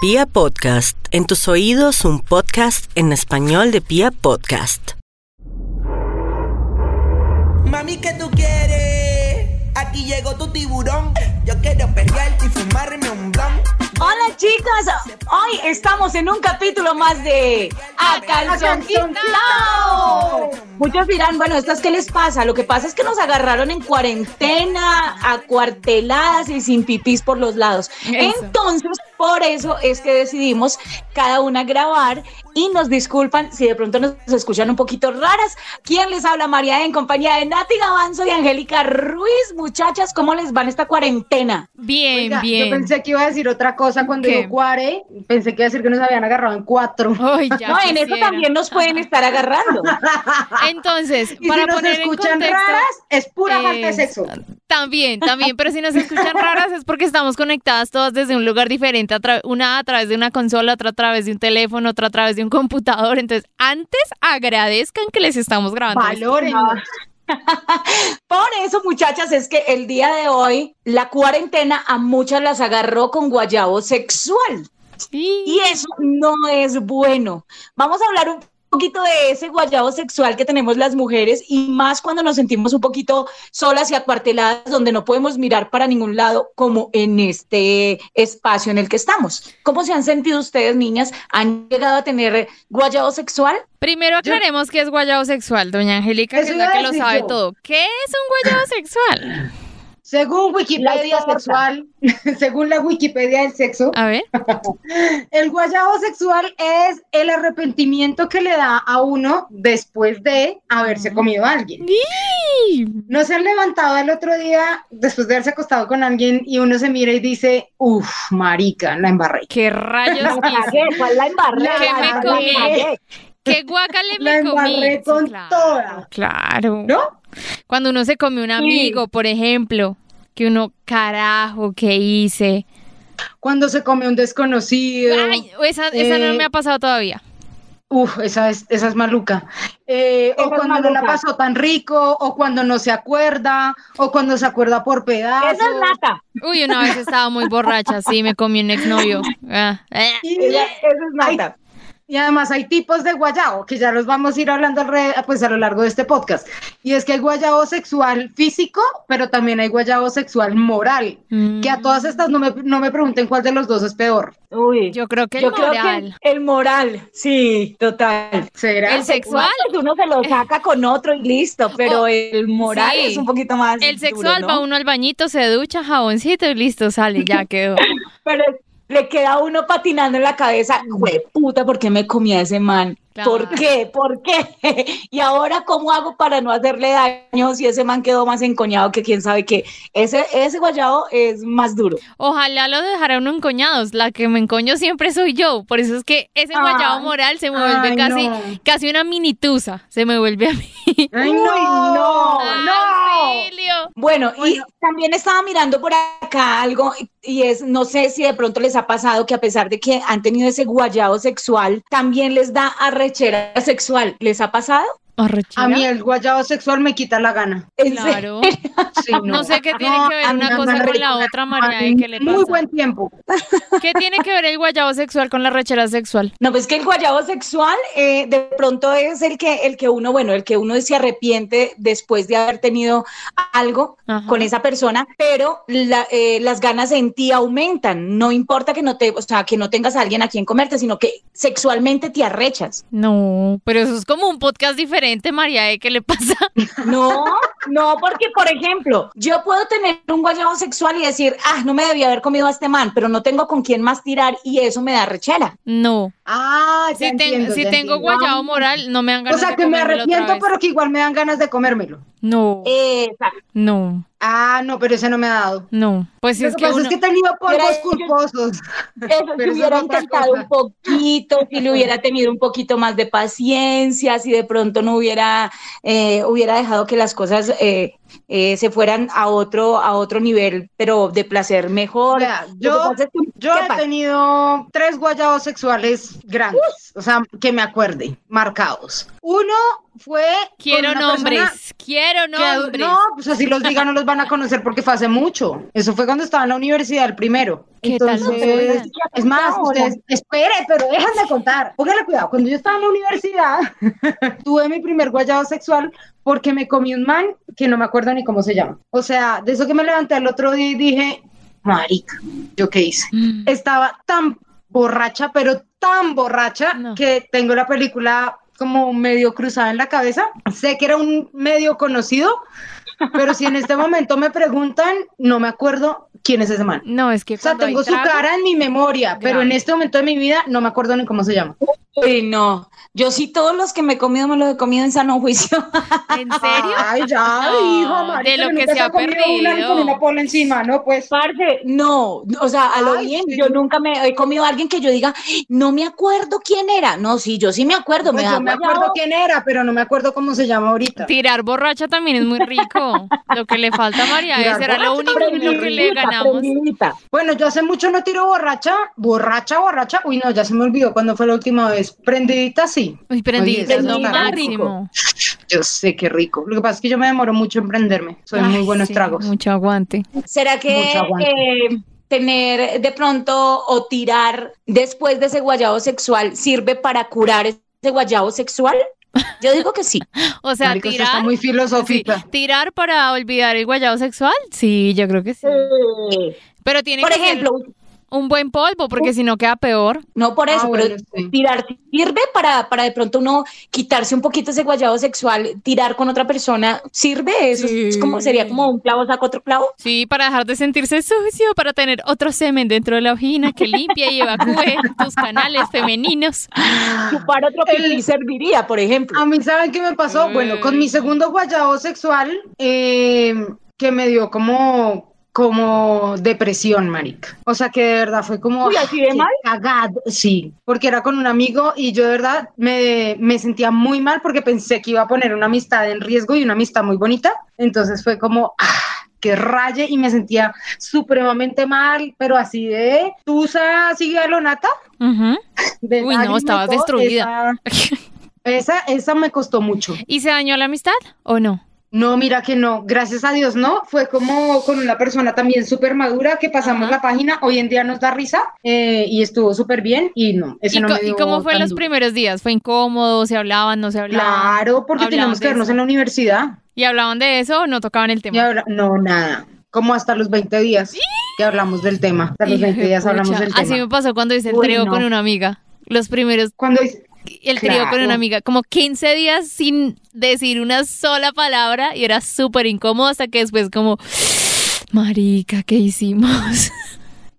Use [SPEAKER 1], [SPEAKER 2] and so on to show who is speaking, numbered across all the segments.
[SPEAKER 1] Pia Podcast, en tus oídos un podcast en español de Pia Podcast.
[SPEAKER 2] Mami, ¿qué tú quieres? Aquí llegó tu tiburón. Yo quiero perrear y fumarme un blunt.
[SPEAKER 3] Hola chicas, hoy estamos en un capítulo más de A Calzón Quitao. Muchos dirán, bueno, ¿estas qué les pasa? Lo que pasa es que nos agarraron en cuarentena, acuarteladas y sin pipis por los lados. Entonces, por eso es que decidimos cada una grabar y nos disculpan si de pronto nos escuchan un poquito raras. ¿Quién les habla? María en compañía de Nati Gavanzo y Angélica Ruiz. Muchachas, ¿cómo les van esta cuarentena?
[SPEAKER 4] Bien,
[SPEAKER 5] Oiga,
[SPEAKER 4] bien.
[SPEAKER 5] Yo pensé que iba a decir otra cosa cuando
[SPEAKER 4] ¿Qué?
[SPEAKER 5] digo cuare, pensé que iba a decir que nos habían agarrado en cuatro.
[SPEAKER 4] Ay, ya
[SPEAKER 3] no, en eso
[SPEAKER 4] quisiera.
[SPEAKER 3] también nos pueden estar agarrando.
[SPEAKER 4] Entonces,
[SPEAKER 5] Y
[SPEAKER 4] para
[SPEAKER 5] si nos
[SPEAKER 4] poner en
[SPEAKER 5] escuchan
[SPEAKER 4] contexto,
[SPEAKER 5] raras, es pura falta de
[SPEAKER 4] es-
[SPEAKER 5] sexo.
[SPEAKER 4] También, también, pero si nos escuchan raras es porque estamos conectadas todas desde un lugar diferente, a tra- una a través de una consola, otra a través de un teléfono, otra a través de un computador. Entonces, antes agradezcan que les estamos grabando. esto.
[SPEAKER 5] Valoren.
[SPEAKER 3] Por eso, muchachas, es que el día de hoy la cuarentena a muchas las agarró con guayabo sexual.
[SPEAKER 4] Sí.
[SPEAKER 3] Y eso no es bueno. Vamos a hablar un poquito de ese guayabo sexual que tenemos las mujeres y más cuando nos sentimos un poquito solas y acuarteladas donde no podemos mirar para ningún lado como en este espacio en el que estamos. ¿Cómo se han sentido ustedes, niñas? ¿Han llegado a tener guayabo sexual?
[SPEAKER 4] Primero aclaremos qué es guayabo sexual, doña Angélica, que
[SPEAKER 5] Eso
[SPEAKER 4] es la
[SPEAKER 5] iba a
[SPEAKER 4] que lo
[SPEAKER 5] decir
[SPEAKER 4] sabe
[SPEAKER 5] yo.
[SPEAKER 4] todo. ¿Qué es un guayabo sexual?
[SPEAKER 5] Según Wikipedia
[SPEAKER 3] La torta.
[SPEAKER 5] sexual, según la Wikipedia del sexo,
[SPEAKER 4] A ver.
[SPEAKER 5] el guayabo sexual es el arrepentimiento que le da a uno después de
[SPEAKER 4] Mm.
[SPEAKER 5] haberse comido a alguien. No se han levantado el otro día después de haberse acostado con alguien y uno se mira y dice, uff, marica, la embarré.
[SPEAKER 4] ¿Qué rayos hice?
[SPEAKER 3] ¿Cuál la embarré?
[SPEAKER 5] La
[SPEAKER 4] ¿Qué me
[SPEAKER 5] embarré.
[SPEAKER 4] comí? ¿Qué guacale
[SPEAKER 5] La
[SPEAKER 4] me comí?
[SPEAKER 5] embarré
[SPEAKER 4] Sí,
[SPEAKER 5] con
[SPEAKER 4] claro,
[SPEAKER 5] toda.
[SPEAKER 4] Claro.
[SPEAKER 5] Ah. ¿No?
[SPEAKER 4] Cuando uno se come un amigo, por ejemplo, que uno, carajo, ¿qué hice?
[SPEAKER 5] cuando se come un desconocido.
[SPEAKER 4] Ay, esa, esa no
[SPEAKER 5] eh,
[SPEAKER 4] me ha pasado todavía.
[SPEAKER 5] Uf, esa es, esa es maluca. Eh,
[SPEAKER 3] Esa
[SPEAKER 5] o
[SPEAKER 3] es
[SPEAKER 5] cuando no la
[SPEAKER 3] maluca.
[SPEAKER 5] pasó tan rico, o cuando no se acuerda, o cuando se acuerda por pedazos.
[SPEAKER 3] Esa es lata.
[SPEAKER 4] Uy, una vez estaba muy borracha, sí, me comí un exnovio. Ah, eh.
[SPEAKER 5] y,
[SPEAKER 3] Esa esa es
[SPEAKER 5] Ay,
[SPEAKER 3] lata.
[SPEAKER 5] y además hay tipos de guayabo, que ya los vamos a ir hablando alre- pues, a lo largo de este podcast. Y es que hay guayabo sexual físico, pero también hay guayabo sexual moral.
[SPEAKER 4] Mm,
[SPEAKER 5] Que a todas estas no me, no me pregunten cuál de los dos es peor.
[SPEAKER 3] Uy.
[SPEAKER 4] Yo creo que el
[SPEAKER 3] Yo creo
[SPEAKER 4] moral.
[SPEAKER 3] que el moral, sí, total.
[SPEAKER 5] ¿Será?
[SPEAKER 4] El sexual,
[SPEAKER 3] Porque uno se lo saca con otro y listo, pero
[SPEAKER 4] Oh,
[SPEAKER 3] el moral
[SPEAKER 4] sí.
[SPEAKER 3] es un poquito más.
[SPEAKER 4] el
[SPEAKER 3] duro,
[SPEAKER 4] sexual
[SPEAKER 3] ¿no?
[SPEAKER 4] va uno al bañito, se ducha, jaboncito y listo, sale, ya quedó.
[SPEAKER 3] Pero le queda a uno patinando en la cabeza, güey, puta, ¿por qué me comí a ese man?
[SPEAKER 4] Mm. Claro.
[SPEAKER 3] ¿Por qué? ¿Por qué? Y ahora, ¿cómo hago para no hacerle daño si ese man quedó más encoñado que quién sabe qué? Ese, ese guayabo es más duro.
[SPEAKER 4] Ojalá lo dejaran encoñados. La que me encoño siempre soy yo. Por eso es que ese guayabo
[SPEAKER 5] Ay,
[SPEAKER 4] moral se me vuelve
[SPEAKER 5] ay,
[SPEAKER 4] casi,
[SPEAKER 5] no.
[SPEAKER 4] casi una minitusa. Se me vuelve a mí.
[SPEAKER 5] ¡Ay,
[SPEAKER 3] Uy,
[SPEAKER 5] no!
[SPEAKER 4] ¡Auxilio!
[SPEAKER 3] Bueno, y también estaba mirando por acá algo y es, no sé si de pronto les ha pasado que a pesar de que han tenido ese guayado sexual, también les da arrechera sexual. ¿Les ha pasado?
[SPEAKER 4] ¿Arrechera?
[SPEAKER 5] A mí el guayabo sexual me quita la gana.
[SPEAKER 3] ¿En serio?
[SPEAKER 4] Claro.
[SPEAKER 5] Sí, no.
[SPEAKER 4] No sé qué tiene
[SPEAKER 5] No,
[SPEAKER 4] que ver
[SPEAKER 5] a mí
[SPEAKER 4] una
[SPEAKER 5] no me
[SPEAKER 4] cosa con la
[SPEAKER 5] arrecho.
[SPEAKER 4] otra, María, de qué le pasa.
[SPEAKER 5] Muy buen tiempo.
[SPEAKER 4] ¿Qué tiene que ver el guayabo sexual con la rechera sexual?
[SPEAKER 3] No, pues que el guayabo sexual eh, de pronto es el que, el que uno, bueno, el que uno se arrepiente después de haber tenido algo
[SPEAKER 4] Ajá.
[SPEAKER 3] con esa persona, pero la- eh, las ganas en ti aumentan. No importa que no te, o sea, que no tengas a alguien a quien comerte, sino que sexualmente te arrechas.
[SPEAKER 4] No, pero eso es como un podcast diferente, María, de qué le pasa.
[SPEAKER 3] No, no, porque por ejemplo, yo puedo tener un guayabo sexual y decir, ah, no me debía haber comido a este man, pero no tengo con quién más tirar y eso me da rechera.
[SPEAKER 4] No.
[SPEAKER 5] Ah, ya
[SPEAKER 4] Si, ten-
[SPEAKER 5] entiendo,
[SPEAKER 4] si
[SPEAKER 5] ya
[SPEAKER 4] tengo
[SPEAKER 5] entiendo.
[SPEAKER 4] guayabo moral, no me han
[SPEAKER 5] O
[SPEAKER 4] ganado.
[SPEAKER 5] sea, que me arrepiento, pero Eh, que igual me dan ganas de comérmelo.
[SPEAKER 4] No,
[SPEAKER 3] Exacto.
[SPEAKER 4] no,
[SPEAKER 5] Ah, no, pero ese no me ha dado.
[SPEAKER 4] no. Pues
[SPEAKER 5] Lo
[SPEAKER 4] es
[SPEAKER 5] que
[SPEAKER 4] que
[SPEAKER 5] pasa
[SPEAKER 4] uno...
[SPEAKER 5] es que he tenido polvos
[SPEAKER 3] Pero-
[SPEAKER 5] culposos.
[SPEAKER 3] Eso, si
[SPEAKER 5] Pero eso
[SPEAKER 3] hubiera
[SPEAKER 5] es otra
[SPEAKER 3] intentado
[SPEAKER 5] cosa.
[SPEAKER 3] un poquito, si le hubiera tenido un poquito más de paciencia, si de pronto no hubiera, eh, hubiera dejado que las cosas eh, eh, se fueran a otro, a otro nivel, pero de placer mejor.
[SPEAKER 5] Vea,
[SPEAKER 3] Lo que
[SPEAKER 5] yo,
[SPEAKER 3] pasa es que-
[SPEAKER 5] yo
[SPEAKER 3] ¿qué
[SPEAKER 5] he
[SPEAKER 3] pasa?
[SPEAKER 5] tenido tres guayabos sexuales grandes, o sea, que me acuerde, marcados. Uno fue. con
[SPEAKER 4] Quiero
[SPEAKER 5] una persona
[SPEAKER 4] nombres, quiero
[SPEAKER 5] que-
[SPEAKER 4] nombres.
[SPEAKER 5] no, pues así los diga, no los van a conocer porque fue hace mucho. Eso fue cuando estaba en la universidad el primero.
[SPEAKER 4] ¿Qué tal? No te
[SPEAKER 5] Entonces,
[SPEAKER 4] acuerdas.
[SPEAKER 5] es más, ustedes, espere, pero déjenme contar. Póngale cuidado, cuando yo estaba en la universidad, tuve mi primer guayado sexual porque me comí un man que no me acuerdo ni cómo se llama. O sea, de eso que me levanté el otro día y dije, marica, ¿yo qué hice?
[SPEAKER 4] Mm.
[SPEAKER 5] Estaba tan borracha, pero tan borracha
[SPEAKER 4] No.
[SPEAKER 5] que tengo la película como medio cruzada en la cabeza. Sé que era un medio conocido, pero si en este momento me preguntan, no me acuerdo quién es ese man.
[SPEAKER 4] No, es que
[SPEAKER 5] O sea,
[SPEAKER 4] cuando hay
[SPEAKER 5] tengo su
[SPEAKER 4] trago-
[SPEAKER 5] cara en mi memoria, pero
[SPEAKER 4] Grave.
[SPEAKER 5] en este momento de mi vida no me acuerdo ni cómo se llama.
[SPEAKER 3] Uy, no. Yo sí todos los que me he comido me los he comido en sano juicio.
[SPEAKER 4] ¿En serio?
[SPEAKER 5] Ay, ya,
[SPEAKER 4] No,
[SPEAKER 5] hijo, marica,
[SPEAKER 4] de lo
[SPEAKER 5] yo
[SPEAKER 4] que
[SPEAKER 5] nunca
[SPEAKER 4] se ha
[SPEAKER 5] comido Una, ni
[SPEAKER 4] perdido.
[SPEAKER 5] con una pola encima, ¿no? Pues.
[SPEAKER 3] Parce, no, o sea, a lo
[SPEAKER 5] Ay,
[SPEAKER 3] bien,
[SPEAKER 5] sí.
[SPEAKER 3] yo nunca me he comido a alguien que yo diga, no me acuerdo quién era. No, sí, yo sí me acuerdo,
[SPEAKER 5] Pues
[SPEAKER 3] me da
[SPEAKER 5] yo me
[SPEAKER 3] guayabo.
[SPEAKER 5] acuerdo quién era, pero no me acuerdo cómo se llama ahorita.
[SPEAKER 4] Tirar borracha también es muy rico. Lo que le falta a María
[SPEAKER 5] Tirar
[SPEAKER 4] será lo único en lo que le
[SPEAKER 3] Prendidita,
[SPEAKER 4] ganamos.
[SPEAKER 3] prendidita.
[SPEAKER 5] Bueno, yo hace mucho no tiro borracha, borracha, borracha. Uy, no, ya se me olvidó cuándo fue la última vez. Prendidita, sí.
[SPEAKER 4] Uy, prendidita es
[SPEAKER 5] Oye,
[SPEAKER 4] lo
[SPEAKER 5] prendidita,
[SPEAKER 4] máximo.
[SPEAKER 5] Yo sé qué rico. Lo que pasa es que yo me demoro mucho en prenderme. Soy
[SPEAKER 4] Ay,
[SPEAKER 5] muy buenos
[SPEAKER 4] sí,
[SPEAKER 5] tragos.
[SPEAKER 4] Mucho aguante.
[SPEAKER 3] ¿Será que
[SPEAKER 5] Mucho aguante.
[SPEAKER 3] eh, tener de pronto o tirar después de ese guayabo sexual sirve para curar ese guayabo sexual? Yo digo que sí.
[SPEAKER 4] O sea,
[SPEAKER 5] Marica, usted está
[SPEAKER 4] tirar.
[SPEAKER 5] muy filosófica.
[SPEAKER 4] sí, tirar para olvidar el guayado sexual. Sí, yo creo que sí. Pero tiene
[SPEAKER 3] Por
[SPEAKER 4] que ser
[SPEAKER 3] ejemplo,
[SPEAKER 4] un buen polvo, porque si no queda peor.
[SPEAKER 3] no por
[SPEAKER 5] Ah,
[SPEAKER 3] eso,
[SPEAKER 5] bueno,
[SPEAKER 3] pero
[SPEAKER 5] sí.
[SPEAKER 3] tirar sirve para, para de pronto uno quitarse un poquito ese guayabo sexual, tirar con otra persona, sirve eso, es como sería como un clavo saca otro clavo.
[SPEAKER 4] Sí, para dejar de sentirse sucio, para tener otro semen dentro de la vagina que limpie y evacúe tus canales femeninos.
[SPEAKER 3] Chupar otro pipí serviría, por ejemplo.
[SPEAKER 5] A mí, ¿saben qué me pasó? Bueno, con
[SPEAKER 3] Mm.
[SPEAKER 5] mi segundo guayabo sexual, eh, que me dio como, como depresión, marica. O sea, que de verdad fue como...
[SPEAKER 3] Uy, ¿así de
[SPEAKER 5] qué
[SPEAKER 3] mal?
[SPEAKER 5] Cagado, sí. Porque era con un amigo y yo de verdad me, me sentía muy mal porque pensé que iba a poner una amistad en riesgo y una amistad muy bonita. Entonces fue como... ah, que raye y me sentía supremamente mal, pero así de tusa, así de lonata.
[SPEAKER 4] Ujú.
[SPEAKER 5] de
[SPEAKER 4] Uy, no,
[SPEAKER 5] lágrima y
[SPEAKER 4] estabas
[SPEAKER 5] todo,
[SPEAKER 4] destruida.
[SPEAKER 5] Esa, esa, esa me costó mucho.
[SPEAKER 4] ¿Y se dañó la amistad o no?
[SPEAKER 5] No, mira que no, gracias a Dios no, fue como con una persona también súper madura que pasamos
[SPEAKER 4] Ajá.
[SPEAKER 5] la página, hoy en día nos da risa eh, y estuvo súper bien y no, ese
[SPEAKER 4] ¿Y,
[SPEAKER 5] no
[SPEAKER 4] co-
[SPEAKER 5] me
[SPEAKER 4] y
[SPEAKER 5] dio
[SPEAKER 4] cómo fue
[SPEAKER 5] tan
[SPEAKER 4] los
[SPEAKER 5] duro.
[SPEAKER 4] primeros días? ¿Fue incómodo? ¿Se hablaban? ¿No se hablaban?
[SPEAKER 5] Claro, porque
[SPEAKER 4] Hablaban
[SPEAKER 5] teníamos
[SPEAKER 4] de
[SPEAKER 5] que vernos
[SPEAKER 4] eso.
[SPEAKER 5] en la universidad
[SPEAKER 4] ¿Y hablaban de eso o no tocaban el
[SPEAKER 5] y
[SPEAKER 4] tema?
[SPEAKER 5] ahora, no, nada, como hasta los 20 días que hablamos del tema, hasta los 20 días hablamos
[SPEAKER 4] Hijuepucha,
[SPEAKER 5] del
[SPEAKER 4] Así me
[SPEAKER 5] tema.
[SPEAKER 4] pasó cuando hice el
[SPEAKER 5] Uy,
[SPEAKER 4] trío
[SPEAKER 5] no.
[SPEAKER 4] con una amiga. Los primeros,
[SPEAKER 5] Cuando
[SPEAKER 4] el trío con
[SPEAKER 5] Claro.
[SPEAKER 4] una amiga. Como 15 días sin decir una sola palabra y era súper incómodo hasta que después como, marica, ¿qué hicimos?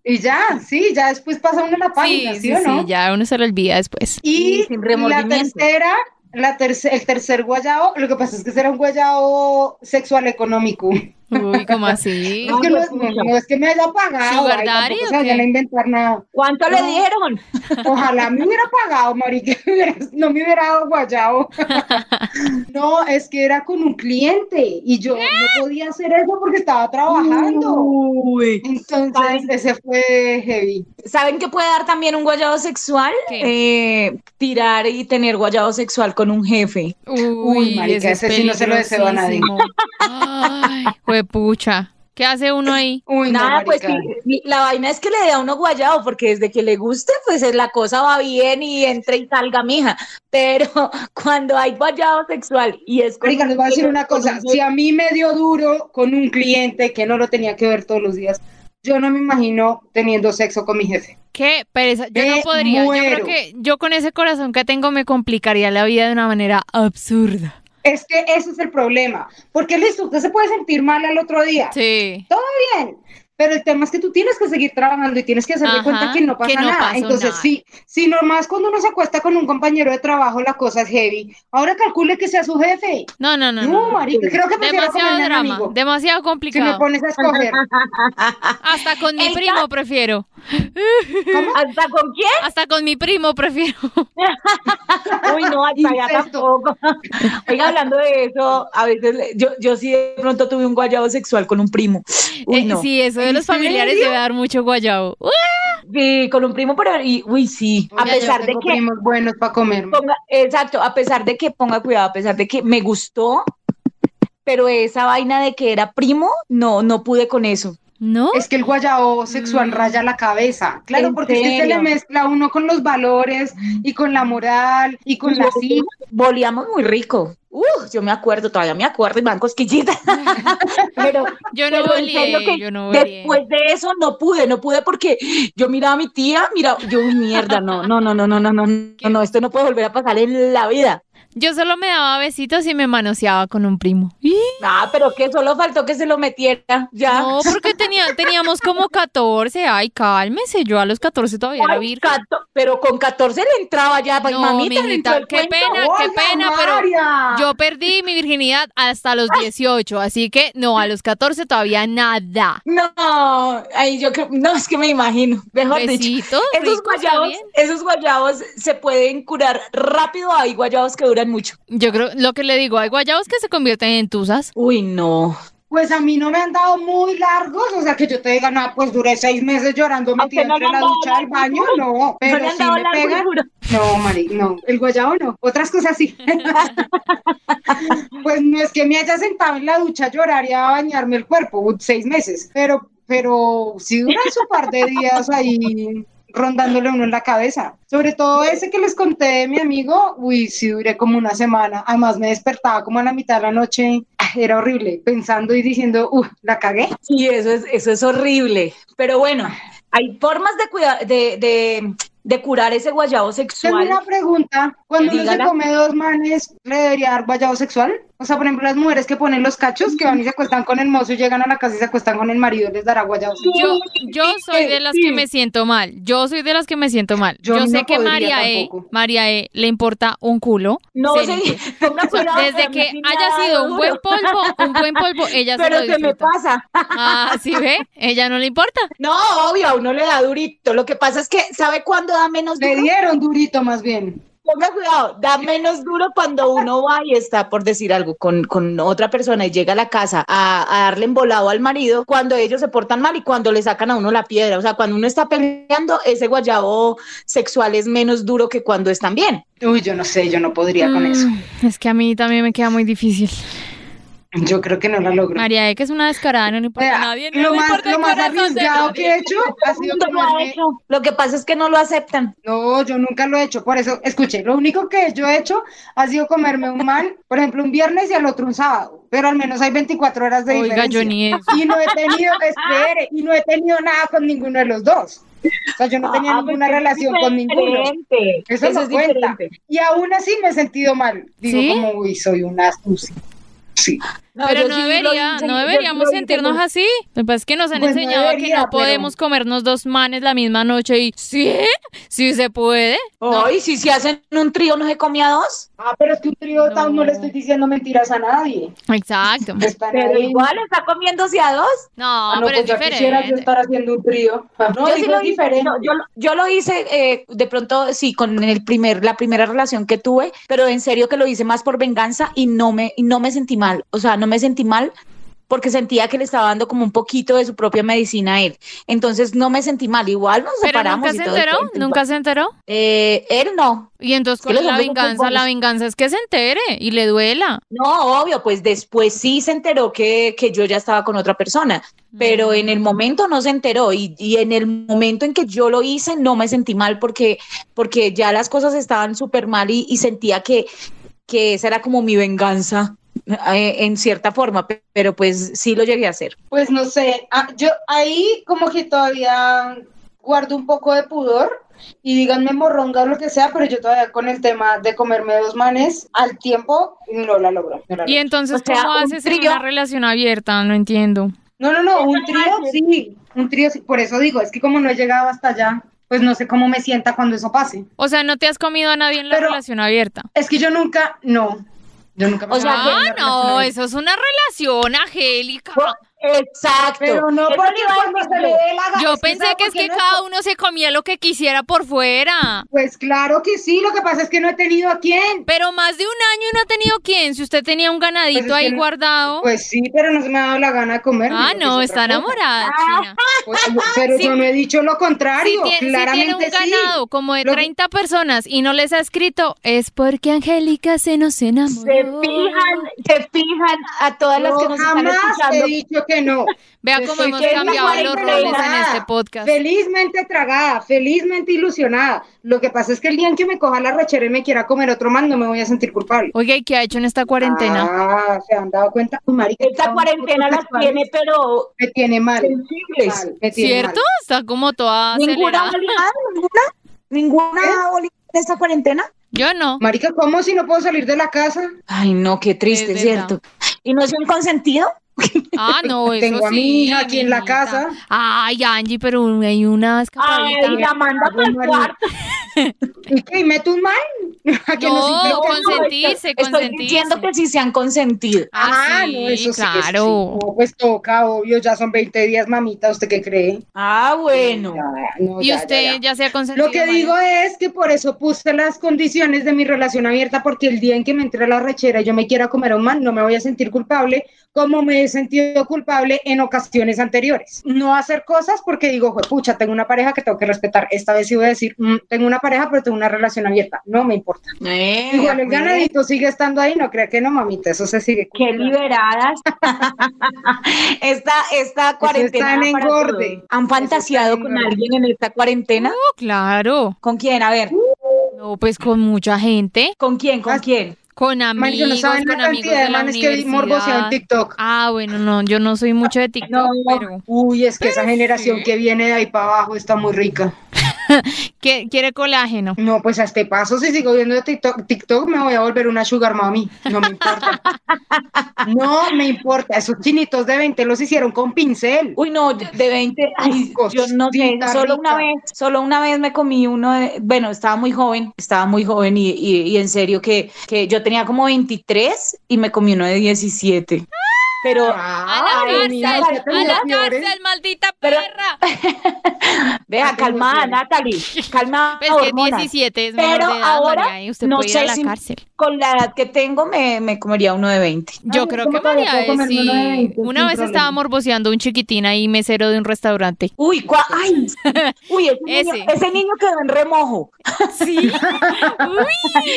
[SPEAKER 5] y ya, sí, ya después pasa uno la página, ¿sí, o no?
[SPEAKER 4] sí, ya uno se lo olvida después.
[SPEAKER 5] Y
[SPEAKER 3] Sí, sin
[SPEAKER 5] la
[SPEAKER 3] remordimiento.
[SPEAKER 5] tercera, la terce- el tercer guayao, lo que pasa es que ese era un guayao sexual económico.
[SPEAKER 4] Uy, ¿cómo así?
[SPEAKER 5] Es que no, es- no es que me haya pagado.
[SPEAKER 4] ¿Sugar
[SPEAKER 5] ay,
[SPEAKER 4] daddy
[SPEAKER 5] tampoco
[SPEAKER 4] o
[SPEAKER 5] se vayan
[SPEAKER 4] qué?
[SPEAKER 5] a inventar nada.
[SPEAKER 3] ¿Cuánto le dieron?
[SPEAKER 5] Ojalá me hubiera pagado, marica, hubiera- no me hubiera dado guayao. No, es que era con un cliente y yo no podía hacer eso porque estaba trabajando.
[SPEAKER 3] Uy.
[SPEAKER 5] Entonces, ese fue heavy.
[SPEAKER 3] ¿Saben qué puede dar también un guayabo sexual? Eh, tirar y tener guayabo sexual con un jefe.
[SPEAKER 4] Uy,
[SPEAKER 5] marica,
[SPEAKER 4] eso
[SPEAKER 5] ese sí no se lo deseo a nadie.
[SPEAKER 4] peligrosísimo. Ay, juepucha. ¿Qué hace uno ahí?
[SPEAKER 5] Uy, no,
[SPEAKER 3] Nada, pues
[SPEAKER 5] marica.
[SPEAKER 3] sí, la vaina es que le dé a uno guayabo, porque desde que le guste, pues es la cosa va bien y entre y salga, mija. Pero cuando hay guayabo sexual y es con
[SPEAKER 5] Marica,
[SPEAKER 3] un
[SPEAKER 5] les voy a decir
[SPEAKER 3] jefe,
[SPEAKER 5] una
[SPEAKER 3] con
[SPEAKER 5] cosa.
[SPEAKER 3] un jefe,
[SPEAKER 5] Si a mí me dio duro con un cliente que no lo tenía que ver todos los días, yo no me imagino teniendo sexo con mi jefe.
[SPEAKER 4] Qué pereza. Yo no
[SPEAKER 5] Me
[SPEAKER 4] podría. Yo creo
[SPEAKER 5] muero.
[SPEAKER 4] que yo con ese corazón que tengo me complicaría la vida de una manera absurda.
[SPEAKER 5] Es que ese es el problema. Porque listo, usted se puede sentir mal al otro día.
[SPEAKER 4] Sí.
[SPEAKER 5] Bien. Pero el tema es que tú tienes que seguir trabajando y tienes que hacer
[SPEAKER 4] Ajá,
[SPEAKER 5] de cuenta que no pasa
[SPEAKER 4] que no
[SPEAKER 5] nada.
[SPEAKER 4] pasó
[SPEAKER 5] Entonces,
[SPEAKER 4] nada.
[SPEAKER 5] sí, si nomás cuando uno se acuesta con un compañero de trabajo la cosa es heavy. Ahora calcule que sea su jefe.
[SPEAKER 4] No, no, no.
[SPEAKER 5] No,
[SPEAKER 4] no.
[SPEAKER 5] marica, creo que prefiero
[SPEAKER 4] Demasiado
[SPEAKER 5] comerme a mi
[SPEAKER 4] drama,
[SPEAKER 5] amigo.
[SPEAKER 4] demasiado
[SPEAKER 5] Si me
[SPEAKER 4] complicado.
[SPEAKER 5] pones a escoger.
[SPEAKER 4] Hasta con mi
[SPEAKER 3] El
[SPEAKER 4] primo prefiero.
[SPEAKER 3] ¿Hasta con quién?
[SPEAKER 4] Hasta con mi primo prefiero.
[SPEAKER 3] Uy, no, hasta allá
[SPEAKER 5] Incesto.
[SPEAKER 3] tampoco. Oiga, hablando de eso, a veces le- yo, yo sí de pronto tuve un guayabo sexual con un primo. Uy,
[SPEAKER 4] Eh,
[SPEAKER 3] no. sí.
[SPEAKER 4] Sí, eso de los familiares debe dar mucho guayabo. ¡Uy!
[SPEAKER 3] con un primo, pero y, uy, sí. A
[SPEAKER 5] Ya yo
[SPEAKER 3] pesar de
[SPEAKER 5] tengo
[SPEAKER 3] que
[SPEAKER 5] primos buenos para comer.
[SPEAKER 3] ponga- exacto, a pesar de que ponga cuidado, a pesar de que me gustó, pero esa vaina de que era primo, no, no pude con eso.
[SPEAKER 4] ¿No?
[SPEAKER 5] Es que el
[SPEAKER 4] Mm.
[SPEAKER 5] guayao sexual raya la cabeza. Claro,
[SPEAKER 3] ¿En
[SPEAKER 5] porque es que se
[SPEAKER 3] serio?
[SPEAKER 5] le mezcla uno con los valores y con la moral y con la cita.
[SPEAKER 3] Volíamos muy rico. Uf, yo me acuerdo, todavía me acuerdo y me dan cosquillitas. pero
[SPEAKER 4] Yo no
[SPEAKER 3] Pero en serio
[SPEAKER 4] volé,
[SPEAKER 3] que
[SPEAKER 4] yo no volé.
[SPEAKER 3] Después de eso no pude, no pude porque yo miraba a mi tía, mira, yo uy, mierda, no, no, no, no, no, no, no, no, no, esto no puede volver a pasar en la vida.
[SPEAKER 4] Yo solo me daba besitos y me manoseaba con un primo.
[SPEAKER 3] Ah, pero que solo faltó que se lo metiera, ya.
[SPEAKER 4] No, porque tenía, teníamos como 14. Ay, cálmese, yo a los 14 todavía era
[SPEAKER 3] Ay,
[SPEAKER 4] virgen.
[SPEAKER 3] cato- pero con 14 le entraba ya, pues,
[SPEAKER 4] No,
[SPEAKER 3] mamita, le entró
[SPEAKER 4] mijita,
[SPEAKER 3] el
[SPEAKER 4] qué
[SPEAKER 3] cuento.
[SPEAKER 4] pena, qué pena, pero
[SPEAKER 3] Ah.
[SPEAKER 4] yo perdí mi virginidad hasta los 18, así que no, a los 14 todavía nada.
[SPEAKER 3] No, ay, yo creo, no, es que me imagino, mejor dicho.
[SPEAKER 4] Besitos,
[SPEAKER 3] Esos
[SPEAKER 4] ricos, Pues está
[SPEAKER 3] guayabos,
[SPEAKER 4] bien.
[SPEAKER 3] esos guayabos se pueden curar rápido, hay guayabos que duran mucho.
[SPEAKER 4] Yo creo, lo que le digo, hay guayabos que se convierten en tusas.
[SPEAKER 3] Uy, no.
[SPEAKER 5] Pues a mí no me han dado muy largos, o sea que yo te diga, no, pues duré seis meses llorando
[SPEAKER 3] Aunque
[SPEAKER 5] metida
[SPEAKER 3] no le
[SPEAKER 5] entre
[SPEAKER 3] han
[SPEAKER 5] la
[SPEAKER 3] dado
[SPEAKER 5] ducha del
[SPEAKER 3] largo,
[SPEAKER 5] baño, no, pero
[SPEAKER 3] no le han
[SPEAKER 5] sí
[SPEAKER 3] dado
[SPEAKER 5] me
[SPEAKER 3] largo y
[SPEAKER 5] pegan.
[SPEAKER 3] duro.
[SPEAKER 5] No, Mari, no, el guayabo no, otras cosas sí. pues no es que me haya sentado en la ducha a llorar y a bañarme el cuerpo, uh, seis meses, pero, pero sí duran su par de días ahí rondándole uno en la cabeza. Sobre todo ese que les conté de mi amigo, uy, sí duré como una semana. Además me despertaba como a la mitad de la noche, Ah, era horrible, pensando y diciendo, uy, la cagué.
[SPEAKER 3] Sí, eso es, eso es horrible. Pero bueno, hay formas de, cuida- de, de, de curar ese guayabo
[SPEAKER 5] Tengo
[SPEAKER 3] sexual.
[SPEAKER 5] una pregunta. Cuando uno se
[SPEAKER 3] Dígala.
[SPEAKER 5] come dos manes, ¿le debería dar guayabo sexual? O sea, por ejemplo, las mujeres que ponen los cachos, que van y se acuestan con el mozo y llegan a la casa y se acuestan con el marido, ¿les dará guayabo sexual?
[SPEAKER 4] Yo, yo soy de las que me siento mal. Yo soy de las que me siento mal.
[SPEAKER 5] Yo
[SPEAKER 4] Yo,
[SPEAKER 5] no
[SPEAKER 4] sé que
[SPEAKER 5] podría
[SPEAKER 4] María E,
[SPEAKER 5] tampoco.
[SPEAKER 4] María E le importa un culo.
[SPEAKER 3] No,
[SPEAKER 4] Se
[SPEAKER 3] se-
[SPEAKER 4] le-
[SPEAKER 3] tenga
[SPEAKER 4] O sea,
[SPEAKER 3] cuidado,
[SPEAKER 4] desde
[SPEAKER 3] pero
[SPEAKER 4] que
[SPEAKER 3] sí me ha
[SPEAKER 4] haya
[SPEAKER 3] dado
[SPEAKER 4] sido un
[SPEAKER 3] duro.
[SPEAKER 4] buen polvo, un buen polvo, ella
[SPEAKER 3] Pero
[SPEAKER 4] se lo
[SPEAKER 3] se me
[SPEAKER 4] disfruta.
[SPEAKER 3] pasa.
[SPEAKER 4] Ah, ¿sí ve? Ella no le importa.
[SPEAKER 3] No, obvio, a uno le da durito. Lo que pasa es que, ¿sabe cuándo da menos
[SPEAKER 5] Le
[SPEAKER 3] duro?
[SPEAKER 5] dieron durito más bien.
[SPEAKER 3] Ponga cuidado, da menos duro cuando uno va y está, por decir algo, con, con otra persona y llega a la casa a, a darle embolado al marido cuando ellos se portan mal y cuando le sacan a uno la piedra. O sea, cuando uno está peleando, ese guayabo sexual es menos duro que cuando están bien.
[SPEAKER 5] Uy, yo no sé, yo no podría con eso.
[SPEAKER 4] Mm, Es que a mí también me queda muy difícil.
[SPEAKER 5] Yo creo que no la logro.
[SPEAKER 4] María E, que es una descarada, no le
[SPEAKER 5] O
[SPEAKER 4] importa
[SPEAKER 5] sea,
[SPEAKER 4] a nadie. no
[SPEAKER 5] lo
[SPEAKER 4] le
[SPEAKER 5] más,
[SPEAKER 4] importa el
[SPEAKER 5] lo más
[SPEAKER 4] corazón de
[SPEAKER 5] arriesgado
[SPEAKER 4] nadie.
[SPEAKER 5] que he hecho ha sido
[SPEAKER 3] Lo ha
[SPEAKER 5] comerme-
[SPEAKER 3] hecho. Lo que pasa es que no lo aceptan.
[SPEAKER 5] No, yo nunca lo he hecho, por eso, escuché, lo único que yo he hecho ha sido comerme un man, por ejemplo, un viernes y al otro un sábado, pero al menos hay 24 horas de
[SPEAKER 4] Oiga,
[SPEAKER 5] diferencia.
[SPEAKER 4] yo ni eso.
[SPEAKER 5] y no he tenido, espere, y no he tenido nada con ninguno de los dos. O sea, yo no tenía
[SPEAKER 3] Ah,
[SPEAKER 5] ninguna
[SPEAKER 3] pues,
[SPEAKER 5] relación con ninguno.
[SPEAKER 3] diferente.
[SPEAKER 5] Eso, no
[SPEAKER 3] es
[SPEAKER 5] cuenta.
[SPEAKER 3] diferente.
[SPEAKER 5] Y aún así me he sentido mal. Digo,
[SPEAKER 4] ¿Sí?
[SPEAKER 5] como, uy, soy una astucia. Sí.
[SPEAKER 3] No,
[SPEAKER 4] Pero
[SPEAKER 3] yo
[SPEAKER 4] no
[SPEAKER 3] sí lo
[SPEAKER 4] debería,
[SPEAKER 3] hice,
[SPEAKER 4] no
[SPEAKER 3] yo
[SPEAKER 4] deberíamos
[SPEAKER 3] lo hice
[SPEAKER 4] sentirnos
[SPEAKER 3] con-
[SPEAKER 4] así. Lo que pasa es que nos han
[SPEAKER 5] Pues no
[SPEAKER 4] enseñado
[SPEAKER 5] debería,
[SPEAKER 4] que no
[SPEAKER 5] pero-
[SPEAKER 4] podemos comernos dos manes la misma noche y sí, sí se puede.
[SPEAKER 3] Ay, si se hacen un trío, no se comía dos.
[SPEAKER 5] Ah, pero es que un trío
[SPEAKER 4] No.
[SPEAKER 5] no. le estoy diciendo mentiras a nadie.
[SPEAKER 4] Exacto.
[SPEAKER 5] Están
[SPEAKER 3] Pero
[SPEAKER 5] ahí.
[SPEAKER 3] igual está comiéndose a dos.
[SPEAKER 4] No,
[SPEAKER 5] Ah, no,
[SPEAKER 4] pero es
[SPEAKER 5] pues yo quisiera yo
[SPEAKER 4] diferente.
[SPEAKER 5] estar haciendo un trío. Ah, No,
[SPEAKER 3] yo sí
[SPEAKER 5] digo,
[SPEAKER 3] lo
[SPEAKER 5] es
[SPEAKER 3] hice,
[SPEAKER 5] diferente.
[SPEAKER 3] no, yo, lo- yo lo hice eh, de pronto, sí, con el primer, la primera relación que tuve, pero en serio que lo hice más por venganza y no me, y no me sentí mal. O sea, no me sentí mal porque sentía que le estaba dando como un poquito de su propia medicina a él. Entonces no me sentí mal. Igual nos
[SPEAKER 4] Pero
[SPEAKER 3] separamos.
[SPEAKER 4] nunca
[SPEAKER 3] y
[SPEAKER 4] se
[SPEAKER 3] todo el
[SPEAKER 4] enteró,
[SPEAKER 3] cuento.
[SPEAKER 4] nunca se enteró.
[SPEAKER 3] Eh, él no,
[SPEAKER 4] Y entonces,
[SPEAKER 3] Es que
[SPEAKER 4] ¿cuál es
[SPEAKER 3] los
[SPEAKER 4] la
[SPEAKER 3] hombres son
[SPEAKER 4] venganza? La
[SPEAKER 3] culpables.
[SPEAKER 4] venganza es que se entere y le duela.
[SPEAKER 3] No, obvio, pues después sí se enteró que, que yo ya estaba con otra persona, pero en el momento no se enteró y, y en el momento en que yo lo hice no me sentí mal porque, porque ya las cosas estaban súper mal y, y sentía que, que esa era como mi venganza eh, en cierta forma, pe- pero pues sí lo llegué a hacer.
[SPEAKER 5] Pues no sé, ah, yo ahí como que todavía guardo un poco de pudor y díganme morronga o lo que sea, pero yo todavía con el tema de comerme dos manes al tiempo no la logro. No, la
[SPEAKER 4] Y
[SPEAKER 5] logro.
[SPEAKER 4] entonces,
[SPEAKER 3] O sea,
[SPEAKER 4] ¿cómo
[SPEAKER 3] un
[SPEAKER 4] haces en
[SPEAKER 3] trío-
[SPEAKER 4] una relación abierta? No entiendo.
[SPEAKER 5] no, no, no, un trío sí, un trío sí, por eso digo, es que como no he llegado hasta allá, pues no sé cómo me sienta cuando eso pase.
[SPEAKER 4] O sea, no te has comido a nadie en la
[SPEAKER 5] Pero-
[SPEAKER 4] relación abierta.
[SPEAKER 5] Es que yo nunca, no, yo nunca me
[SPEAKER 3] O sea,
[SPEAKER 5] he comido
[SPEAKER 4] Ah,
[SPEAKER 5] en una relación
[SPEAKER 4] no,
[SPEAKER 5] abierta.
[SPEAKER 4] eso es una relación, Angélica.
[SPEAKER 3] Exacto.
[SPEAKER 5] Pero no
[SPEAKER 3] Eso
[SPEAKER 5] porque
[SPEAKER 3] le iba a
[SPEAKER 5] cuando
[SPEAKER 3] decir
[SPEAKER 5] se le
[SPEAKER 3] yo.
[SPEAKER 5] dé la gana.
[SPEAKER 4] Yo pensé
[SPEAKER 5] ¿sabe
[SPEAKER 4] que
[SPEAKER 5] por
[SPEAKER 4] es
[SPEAKER 5] qué
[SPEAKER 4] que
[SPEAKER 5] no?
[SPEAKER 4] cada uno se comía lo que quisiera por fuera.
[SPEAKER 5] Pues claro que sí, lo que pasa es que no he tenido a quién.
[SPEAKER 4] Pero más de un año no ha tenido quién. Si usted tenía un ganadito
[SPEAKER 5] Pues es que
[SPEAKER 4] ahí
[SPEAKER 5] no-
[SPEAKER 4] guardado.
[SPEAKER 5] Pues sí, pero no se me ha dado la gana de comer. pues,
[SPEAKER 4] ah, no, está enamorada,
[SPEAKER 5] Ah,
[SPEAKER 4] China.
[SPEAKER 5] pero
[SPEAKER 4] Sí.
[SPEAKER 5] yo no he dicho lo
[SPEAKER 4] Si
[SPEAKER 5] contrario.
[SPEAKER 4] tie- si tiene,
[SPEAKER 5] Claramente
[SPEAKER 4] un ganado
[SPEAKER 5] sí.
[SPEAKER 4] como de
[SPEAKER 5] Lo que-
[SPEAKER 4] 30 personas y no les ha escrito, es porque Angélica se nos enamoró.
[SPEAKER 3] Se fijan, se fijan a todas las que
[SPEAKER 5] Yo
[SPEAKER 3] nos están
[SPEAKER 5] jamás
[SPEAKER 3] escuchando.
[SPEAKER 5] he dicho que no.
[SPEAKER 4] Vea
[SPEAKER 5] Yo
[SPEAKER 4] cómo
[SPEAKER 5] estoy
[SPEAKER 4] hemos
[SPEAKER 3] feliz,
[SPEAKER 4] cambiado los
[SPEAKER 3] cuarentena.
[SPEAKER 4] roles en este podcast.
[SPEAKER 5] Felizmente tragada, felizmente ilusionada. Lo que pasa es que el día en que me coja la rechera y me quiera comer otro más, no me voy a sentir culpable.
[SPEAKER 4] Oiga, ¿y qué ha hecho en esta cuarentena?
[SPEAKER 5] Ah, se han dado cuenta. Uy, marica,
[SPEAKER 3] Esta
[SPEAKER 5] estamos
[SPEAKER 3] cuarentena las
[SPEAKER 5] sexuales.
[SPEAKER 3] tiene, pero
[SPEAKER 5] Me tiene mal.
[SPEAKER 3] sensibles.
[SPEAKER 5] mal, me tiene
[SPEAKER 4] ¿Cierto?
[SPEAKER 5] mal.
[SPEAKER 4] Está como toda
[SPEAKER 3] ¿Ninguna
[SPEAKER 4] acelerada.
[SPEAKER 3] bolita? ¿Ninguna?
[SPEAKER 5] ¿Eh?
[SPEAKER 3] ¿Ninguna bolita en esta cuarentena?
[SPEAKER 4] Yo no.
[SPEAKER 5] Marica, ¿cómo si no puedo salir de la casa?
[SPEAKER 3] Ay, no, qué triste,
[SPEAKER 4] Es verdad.
[SPEAKER 3] ¿cierto? ¿Y no es un consentido?
[SPEAKER 4] Ah, no, eso
[SPEAKER 5] Tengo a mi
[SPEAKER 4] sí,
[SPEAKER 5] hija aquí en la
[SPEAKER 4] mijita.
[SPEAKER 5] casa.
[SPEAKER 4] Ay, Angie, pero hay una
[SPEAKER 3] Ay,
[SPEAKER 4] escapadita.
[SPEAKER 3] la manda para el
[SPEAKER 5] María.
[SPEAKER 3] cuarto.
[SPEAKER 5] ¿Y qué? ¿Mete un mal? ¿A que nos
[SPEAKER 4] No,
[SPEAKER 5] inviten?
[SPEAKER 4] consentirse,
[SPEAKER 3] Estoy
[SPEAKER 4] consentirse.
[SPEAKER 3] diciendo que sí se han consentido.
[SPEAKER 4] Ah,
[SPEAKER 5] Ah,
[SPEAKER 4] sí,
[SPEAKER 5] no, eso sí, eso sí.
[SPEAKER 4] claro.
[SPEAKER 5] No, pues toca, obvio, ya son 20 días, mamita, ¿usted qué cree?
[SPEAKER 3] Ah, bueno.
[SPEAKER 5] Ya, no,
[SPEAKER 4] Y
[SPEAKER 5] ya,
[SPEAKER 4] usted
[SPEAKER 5] ya,
[SPEAKER 4] ya,
[SPEAKER 5] ya.
[SPEAKER 4] se ha consentido.
[SPEAKER 5] Lo que
[SPEAKER 4] María.
[SPEAKER 5] digo es que por eso puse las condiciones de mi relación abierta, porque el día en que me entre la rechera y yo me quiera comer a un man, no me voy a sentir culpable como me he sentido culpable en ocasiones anteriores. No hacer cosas porque digo, pucha, tengo una pareja que tengo que respetar. Esta vez sí voy a decir, "Mm, tengo una pareja, pero tengo una relación abierta. No me importa.
[SPEAKER 3] Eh,
[SPEAKER 5] Igual el ganadito sigue estando ahí, no crea que no, mamita, eso se sigue.
[SPEAKER 3] Qué liberadas. esta, esta cuarentena.
[SPEAKER 5] están
[SPEAKER 3] para
[SPEAKER 5] engorde.
[SPEAKER 3] todos. ¿Han fantaseado
[SPEAKER 5] están
[SPEAKER 3] con
[SPEAKER 5] engorde.
[SPEAKER 3] alguien en esta cuarentena?
[SPEAKER 4] Oh, claro.
[SPEAKER 3] ¿Con quién? A ver.
[SPEAKER 4] No, pues con mucha gente,
[SPEAKER 3] ¿Con quién? ¿Con
[SPEAKER 5] Más-
[SPEAKER 3] quién?
[SPEAKER 4] con
[SPEAKER 5] Marica,
[SPEAKER 4] amigos,
[SPEAKER 5] no saben la
[SPEAKER 4] con amigos
[SPEAKER 5] cantidad
[SPEAKER 4] de
[SPEAKER 5] de
[SPEAKER 4] la
[SPEAKER 5] manes que vi morboseado en
[SPEAKER 4] universidad.
[SPEAKER 5] TikTok.
[SPEAKER 4] Ah, bueno, no, yo no soy mucho de TikTok,
[SPEAKER 5] No,
[SPEAKER 4] pero
[SPEAKER 5] uy, es que esa generación que viene de ahí para abajo está muy rica.
[SPEAKER 4] ¿qué- quiere colágeno.
[SPEAKER 5] No, pues a este paso, si sigo viendo TikTok, TikTok me voy a volver una sugar mami. No me importa. No me importa. Esos chinitos de 20 los hicieron con pincel.
[SPEAKER 3] Uy, no, yo- de 20, ay, yo no sé,
[SPEAKER 5] Cosita
[SPEAKER 3] solo una
[SPEAKER 5] rica.
[SPEAKER 3] vez, solo una vez me comí uno de, bueno, estaba muy joven, estaba muy joven y, y- y en serio que, que yo tenía como 23 y me comí uno de 17. Pero,
[SPEAKER 4] A la
[SPEAKER 5] Ay,
[SPEAKER 4] cárcel,
[SPEAKER 5] mira, ya
[SPEAKER 4] a
[SPEAKER 5] tenía
[SPEAKER 4] la
[SPEAKER 5] fiebres.
[SPEAKER 4] cárcel, maldita
[SPEAKER 3] Pero-
[SPEAKER 4] perra.
[SPEAKER 3] vea,
[SPEAKER 5] Ah, tengo
[SPEAKER 3] calmada,
[SPEAKER 5] fiebre.
[SPEAKER 3] Natalie, calmada,
[SPEAKER 4] Pues que
[SPEAKER 3] hormonas.
[SPEAKER 4] 17 es menor
[SPEAKER 3] Pero
[SPEAKER 4] de edad,
[SPEAKER 3] ahora
[SPEAKER 4] María, y usted
[SPEAKER 3] no
[SPEAKER 4] puede ir
[SPEAKER 3] sé
[SPEAKER 4] a la
[SPEAKER 3] si-
[SPEAKER 4] cárcel.
[SPEAKER 3] con la edad que tengo me, me comería uno de 20.
[SPEAKER 4] Yo
[SPEAKER 5] Ay,
[SPEAKER 4] creo
[SPEAKER 5] ¿cómo
[SPEAKER 4] que
[SPEAKER 5] todavía
[SPEAKER 4] María
[SPEAKER 5] puedo
[SPEAKER 4] es
[SPEAKER 5] comerme uno de
[SPEAKER 4] sí.
[SPEAKER 5] 20?
[SPEAKER 4] Una
[SPEAKER 5] Sin
[SPEAKER 4] vez
[SPEAKER 5] problema.
[SPEAKER 4] estaba morboseando un chiquitín ahí mesero de un restaurante.
[SPEAKER 3] Uy, cua- ay, uy, ese, Niño,
[SPEAKER 4] Ese.
[SPEAKER 3] ese niño quedó en remojo.
[SPEAKER 4] Sí. Uy.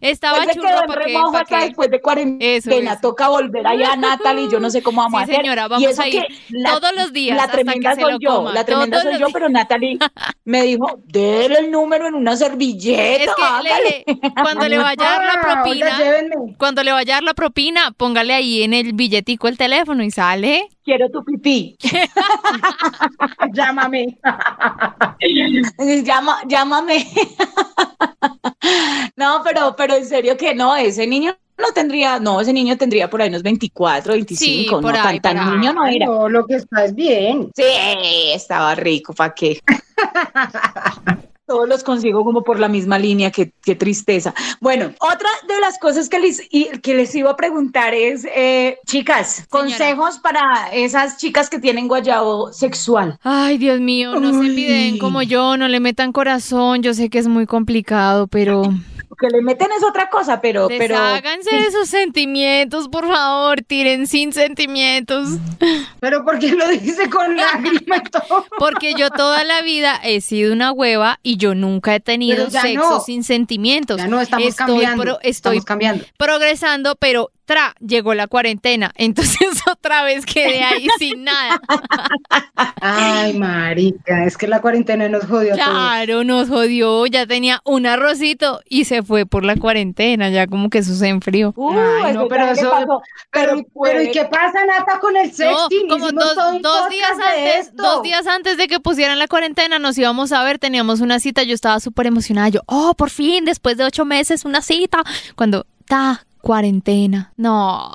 [SPEAKER 4] Estaba
[SPEAKER 3] Ese quedó
[SPEAKER 4] churro
[SPEAKER 3] en
[SPEAKER 4] para que,
[SPEAKER 3] remojo
[SPEAKER 4] pa'
[SPEAKER 3] acá
[SPEAKER 4] que-
[SPEAKER 3] después de
[SPEAKER 4] Eso,
[SPEAKER 3] cuarentena.
[SPEAKER 4] eso.
[SPEAKER 3] Toca volver allá a Natalie. Yo no sé cómo vamos
[SPEAKER 4] Sí,
[SPEAKER 3] a hacer.
[SPEAKER 4] señora,
[SPEAKER 3] Y
[SPEAKER 4] vamos
[SPEAKER 3] eso
[SPEAKER 4] a ir
[SPEAKER 3] que la-
[SPEAKER 4] todos los días
[SPEAKER 3] La
[SPEAKER 4] hasta
[SPEAKER 3] tremenda
[SPEAKER 4] que se
[SPEAKER 3] soy
[SPEAKER 4] lo
[SPEAKER 3] yo,
[SPEAKER 4] coma.
[SPEAKER 3] la tremenda
[SPEAKER 4] Todos
[SPEAKER 3] soy
[SPEAKER 4] los
[SPEAKER 3] yo,
[SPEAKER 4] días.
[SPEAKER 3] pero Natalie me dijo, déle el número en una servilleta.
[SPEAKER 4] Es que
[SPEAKER 3] hágale".
[SPEAKER 4] le- le- cuando le vaya a dar la
[SPEAKER 5] Ah,
[SPEAKER 4] propina,
[SPEAKER 5] oiga, llévenme.
[SPEAKER 4] cuando le vaya a dar la propina, póngale ahí en el billetico el teléfono y sale.
[SPEAKER 3] Quiero tu pipí.
[SPEAKER 5] Llámame.
[SPEAKER 3] Llama, llámame. No, pero, pero en serio que no, ese niño no tendría, no, ese niño tendría por ahí unos 24, 25,
[SPEAKER 4] por
[SPEAKER 3] no,
[SPEAKER 4] ahí,
[SPEAKER 3] tan, tan
[SPEAKER 4] por ahí.
[SPEAKER 3] niño no era.
[SPEAKER 5] No, lo que está es bien.
[SPEAKER 3] Sí, estaba rico, ¿para qué? Todos los consigo como por la misma línea, qué, qué tristeza. Bueno, otra de las cosas que les, y- que les iba a preguntar es, eh, chicas, consejos para esas chicas que tienen guayabo sexual.
[SPEAKER 4] Ay, Dios mío, no se piden como yo, no le metan corazón. Yo sé que es muy complicado, pero
[SPEAKER 3] Que le meten es otra cosa, pero... pero
[SPEAKER 4] desháganse de sus sentimientos, por favor. Tiren sin sentimientos.
[SPEAKER 5] Pero porque lo dice con lágrimas y todo.
[SPEAKER 4] Porque yo toda la vida he sido una hueva y yo nunca he tenido
[SPEAKER 5] Pero ya
[SPEAKER 4] sexo
[SPEAKER 5] no.
[SPEAKER 4] sin sentimientos.
[SPEAKER 5] Ya no, estamos
[SPEAKER 4] estoy
[SPEAKER 5] cambiando.
[SPEAKER 4] pro- estoy
[SPEAKER 5] Estamos cambiando.
[SPEAKER 4] progresando, pero tra, llegó la cuarentena. Entonces otra vez quedé ahí sin nada.
[SPEAKER 5] Ay, marica, es que la cuarentena nos jodió a todos.
[SPEAKER 4] Claro, nos jodió. Ya tenía un arrocito y se fue por la cuarentena. Ya como que eso se enfrió.
[SPEAKER 3] Uh,
[SPEAKER 5] Ay,
[SPEAKER 3] eso
[SPEAKER 5] no, pero
[SPEAKER 3] también le
[SPEAKER 5] eso-
[SPEAKER 3] pasó.
[SPEAKER 5] Pero, pero ¿y qué pasa, Nata, con el
[SPEAKER 4] No,
[SPEAKER 5] sexting?
[SPEAKER 4] como
[SPEAKER 5] Hicimos
[SPEAKER 4] dos,
[SPEAKER 5] todo un
[SPEAKER 4] dos
[SPEAKER 5] podcast
[SPEAKER 4] días
[SPEAKER 5] de
[SPEAKER 4] antes,
[SPEAKER 5] esto.
[SPEAKER 4] dos días antes de que pusieran la cuarentena, nos íbamos a ver, teníamos una cita, yo estaba súper emocionada, yo, oh, por fin, después de ocho meses, una cita, cuando, ta, cuarentena. No.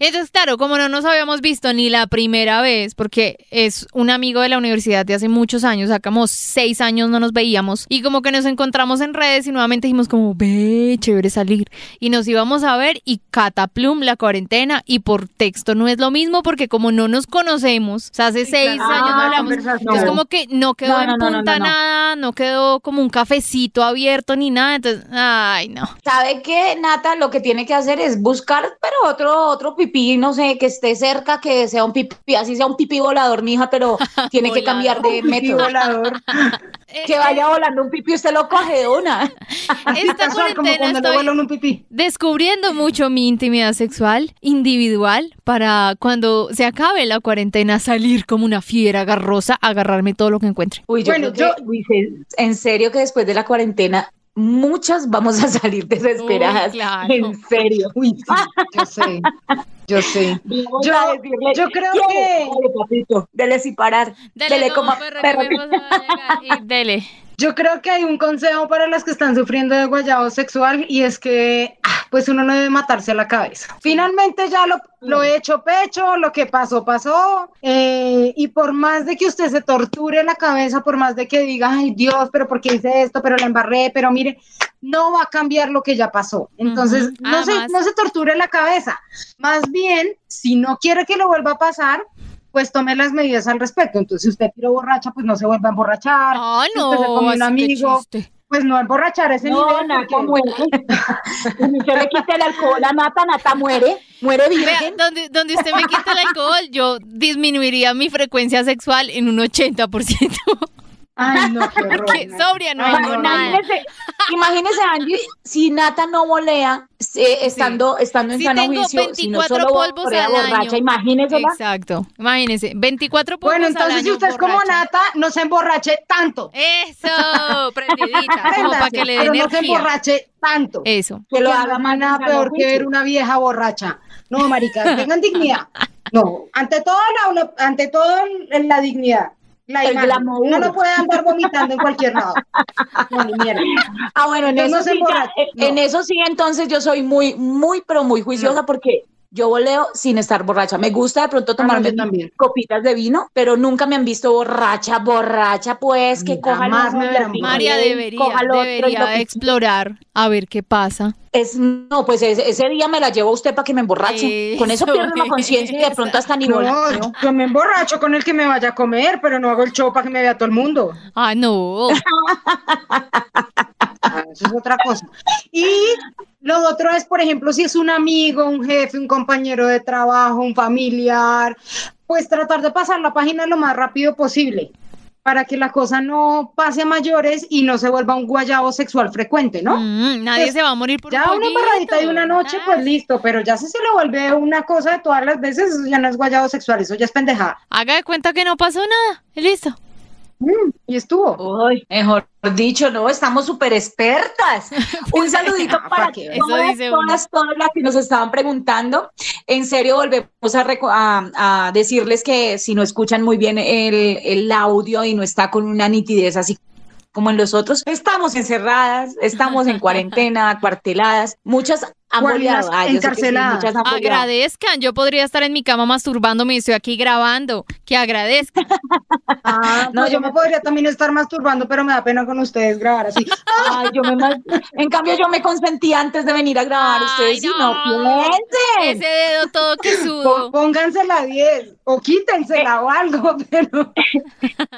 [SPEAKER 4] Entonces, claro, como no nos habíamos visto ni la primera vez, porque es un amigo de la universidad de hace muchos años, acá como seis años no nos veíamos, y como que nos encontramos en redes y nuevamente dijimos como, ve, chévere salir. Y nos íbamos a ver y cataplum la cuarentena y por texto no es lo mismo porque como no nos conocemos, o sea, hace seis
[SPEAKER 5] claro.
[SPEAKER 4] años no
[SPEAKER 5] Ah,
[SPEAKER 4] hablamos,
[SPEAKER 5] conversación.
[SPEAKER 4] entonces como que no quedó
[SPEAKER 3] No,
[SPEAKER 4] en
[SPEAKER 3] no, no, no, no,
[SPEAKER 4] punta
[SPEAKER 3] no.
[SPEAKER 4] nada, no quedó como un cafecito abierto ni nada, entonces, ay, no.
[SPEAKER 3] ¿Sabe qué, Nata? Lo que tiene que hacer es buscar, pero otro, otro pipí, no sé, que esté cerca, que sea un pipí, así sea un pipí volador, mija, pero tiene que
[SPEAKER 4] Volador.
[SPEAKER 3] cambiar de método.
[SPEAKER 5] volador.
[SPEAKER 4] Eh,
[SPEAKER 3] Que vaya volando un pipí, usted lo coge de una.
[SPEAKER 5] Así
[SPEAKER 4] Esta
[SPEAKER 5] casual, como
[SPEAKER 4] cuarentena
[SPEAKER 5] cuando le
[SPEAKER 4] estoy-
[SPEAKER 5] vuelan un pipí.
[SPEAKER 4] Descubriendo mucho mi intimidad sexual individual para cuando se acabe la cuarentena salir como una fiera garrosa, agarrarme todo lo que encuentre.
[SPEAKER 3] Uy, yo
[SPEAKER 5] Bueno,
[SPEAKER 3] creo que- uy, se- en serio que después de la cuarentena, muchas vamos a salir desesperadas.
[SPEAKER 4] Uy, claro.
[SPEAKER 3] En serio.
[SPEAKER 5] Uy, sí, yo sé, yo sé.
[SPEAKER 3] Voy a decirle,
[SPEAKER 5] yo creo
[SPEAKER 3] "Dele,
[SPEAKER 5] que-
[SPEAKER 3] dale, papito, dele sin parar. Dele, como a perro que
[SPEAKER 4] dele.
[SPEAKER 5] Yo creo que hay un consejo para los que están sufriendo de guayabo sexual y es que, ah, pues uno no debe matarse la cabeza. Finalmente ya lo, lo he hecho pecho, lo que pasó, pasó. eh, y por más de que usted se torture la cabeza, por más de que diga, ay Dios, pero ¿por qué hice esto? Pero la embarré, pero mire, no va a cambiar lo que ya pasó. Entonces,
[SPEAKER 4] Ujú.
[SPEAKER 5] no, se,
[SPEAKER 4] Además-
[SPEAKER 5] no se torture la cabeza. Más bien, si no quiere que lo vuelva a pasar, pues tome las medidas al respecto. Entonces, si usted tiró borracha, pues no se vuelva a emborrachar.
[SPEAKER 4] Ah,
[SPEAKER 5] Si
[SPEAKER 4] no.
[SPEAKER 5] usted se comió un
[SPEAKER 4] así que
[SPEAKER 5] amigo,
[SPEAKER 4] chiste.
[SPEAKER 5] pues no emborrachar ese
[SPEAKER 3] No,
[SPEAKER 5] nivel.
[SPEAKER 3] Nata
[SPEAKER 5] porque-
[SPEAKER 3] muere. Si usted le quita el alcohol a Nata, Nata muere. Muere
[SPEAKER 4] Vea,
[SPEAKER 3] virgen.
[SPEAKER 4] donde, donde usted me quita el alcohol, yo disminuiría mi frecuencia sexual en un 80%.
[SPEAKER 5] Ay, no, qué horror,
[SPEAKER 4] Porque
[SPEAKER 5] Nata.
[SPEAKER 4] sobria no
[SPEAKER 5] Ay,
[SPEAKER 4] hago nada.
[SPEAKER 3] Imagínese, imagínese, Angie, si Nata no volea eh, estando, estando en
[SPEAKER 4] Si
[SPEAKER 3] sano
[SPEAKER 4] tengo
[SPEAKER 3] juicio, sino
[SPEAKER 4] 24
[SPEAKER 3] solo
[SPEAKER 4] polvos
[SPEAKER 3] borrea
[SPEAKER 4] al
[SPEAKER 3] borracha,
[SPEAKER 4] año.
[SPEAKER 3] imagínese, ¿va?
[SPEAKER 4] Exacto. Imagínense, 24 puntos
[SPEAKER 5] Bueno, entonces si usted es como Nata, no se emborrache tanto.
[SPEAKER 4] Eso, prendidita, Ah, como
[SPEAKER 5] Préndase,
[SPEAKER 4] para que le dé
[SPEAKER 5] pero no se
[SPEAKER 4] energía. Eh,
[SPEAKER 5] emborrache tanto.
[SPEAKER 4] Eso.
[SPEAKER 3] que lo
[SPEAKER 5] Porque
[SPEAKER 3] haga
[SPEAKER 5] no hay
[SPEAKER 3] más
[SPEAKER 5] nada
[SPEAKER 3] en sano
[SPEAKER 5] peor que
[SPEAKER 3] juicio.
[SPEAKER 5] ver una vieja borracha. No, marica, tengan dignidad. No, ante todo, la, la- ante todo el- la dignidad. La
[SPEAKER 3] El
[SPEAKER 5] imagen.
[SPEAKER 3] glamour.
[SPEAKER 5] Uno no puede andar vomitando en cualquier lado. No, ni mierda.
[SPEAKER 3] Ah, bueno, en
[SPEAKER 5] Yo no
[SPEAKER 3] eso,
[SPEAKER 5] sé
[SPEAKER 3] sí, ya,
[SPEAKER 5] borracha,
[SPEAKER 3] en-
[SPEAKER 5] no.
[SPEAKER 3] en eso sí, entonces yo soy muy, muy, pero muy juiciosa porque yo voleo sin estar borracha. Me gusta de pronto tomarme
[SPEAKER 5] Ah, yo también.
[SPEAKER 3] copitas de vino, pero nunca me han visto borracha, borracha, pues, que
[SPEAKER 5] Ni
[SPEAKER 3] coja
[SPEAKER 5] jamás me verán borracha.
[SPEAKER 4] María debería, debería explorar a ver qué pasa.
[SPEAKER 3] Es, no, pues es- ese día me la llevo a usted para que me emborrache.
[SPEAKER 4] Eso
[SPEAKER 3] Con eso pierdo la
[SPEAKER 4] es.
[SPEAKER 3] conciencia y de pronto hasta ni voleo.
[SPEAKER 5] No, yo- yo me emborracho con el que me vaya a comer, pero no hago el show para que me vea todo el mundo.
[SPEAKER 4] Ah, no.
[SPEAKER 5] Ah, Eso es otra cosa. Y lo otro es, por ejemplo, si es un amigo, un jefe, un compañero de trabajo, un familiar, pues tratar de pasar la página lo más rápido posible para que la cosa no pase a mayores y no se vuelva un guayabo sexual frecuente, ¿no?
[SPEAKER 4] Mm, nadie
[SPEAKER 5] Pues,
[SPEAKER 4] se va a morir por
[SPEAKER 5] Ya
[SPEAKER 4] un
[SPEAKER 5] una
[SPEAKER 4] polvito.
[SPEAKER 5] embarradita de una noche, pues listo, pero ya si se le vuelve una cosa de todas las veces, eso ya no es guayabo sexual, eso ya es pendejada.
[SPEAKER 4] Haga de cuenta que no pasó nada. y Listo.
[SPEAKER 5] Mm, y estuvo.
[SPEAKER 3] Uy, mejor dicho, no, estamos súper expertas. Un saludito
[SPEAKER 5] Ah,
[SPEAKER 3] para
[SPEAKER 5] pa' que-
[SPEAKER 4] eso
[SPEAKER 3] todas,
[SPEAKER 4] dice uno.
[SPEAKER 3] todas, todas las que nos estaban preguntando. En serio, volvemos a, reco- a- a decirles que si no escuchan muy bien el, el audio y no está con una nitidez así como en los otros, estamos encerradas, estamos en cuarentena, acuarteladas. Muchas han
[SPEAKER 5] Guardias
[SPEAKER 3] boleado. Ah, yo sé que sí,
[SPEAKER 5] encarceladas.
[SPEAKER 3] muchas han boleado.
[SPEAKER 4] Agradezcan. Yo podría estar en mi cama masturbándome y estoy aquí grabando. Que agradezcan.
[SPEAKER 5] Ah,
[SPEAKER 3] No,
[SPEAKER 5] no, yo
[SPEAKER 3] yo
[SPEAKER 5] me podría también estar masturbando, pero me da pena con ustedes grabar así.
[SPEAKER 3] Ay, yo me mal- En cambio, yo me consentí antes de venir a grabar. Ustedes
[SPEAKER 4] Ay,
[SPEAKER 3] y no
[SPEAKER 4] no.
[SPEAKER 3] piensen.
[SPEAKER 4] Ese dedo todo que
[SPEAKER 5] Pó-
[SPEAKER 4] sudo.
[SPEAKER 5] Póngansela 10 o
[SPEAKER 4] Eh.
[SPEAKER 5] quítensela o algo, pero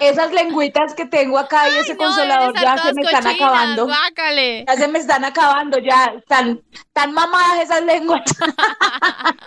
[SPEAKER 3] Esas lengüitas que tengo acá y ese
[SPEAKER 4] No,
[SPEAKER 3] consolador
[SPEAKER 4] deben estar
[SPEAKER 3] ya se
[SPEAKER 4] todas
[SPEAKER 3] me están
[SPEAKER 4] cochinas,
[SPEAKER 3] acabando.
[SPEAKER 4] guácale.
[SPEAKER 3] Ya se me están acabando, ya están tan mamadas esas lenguas.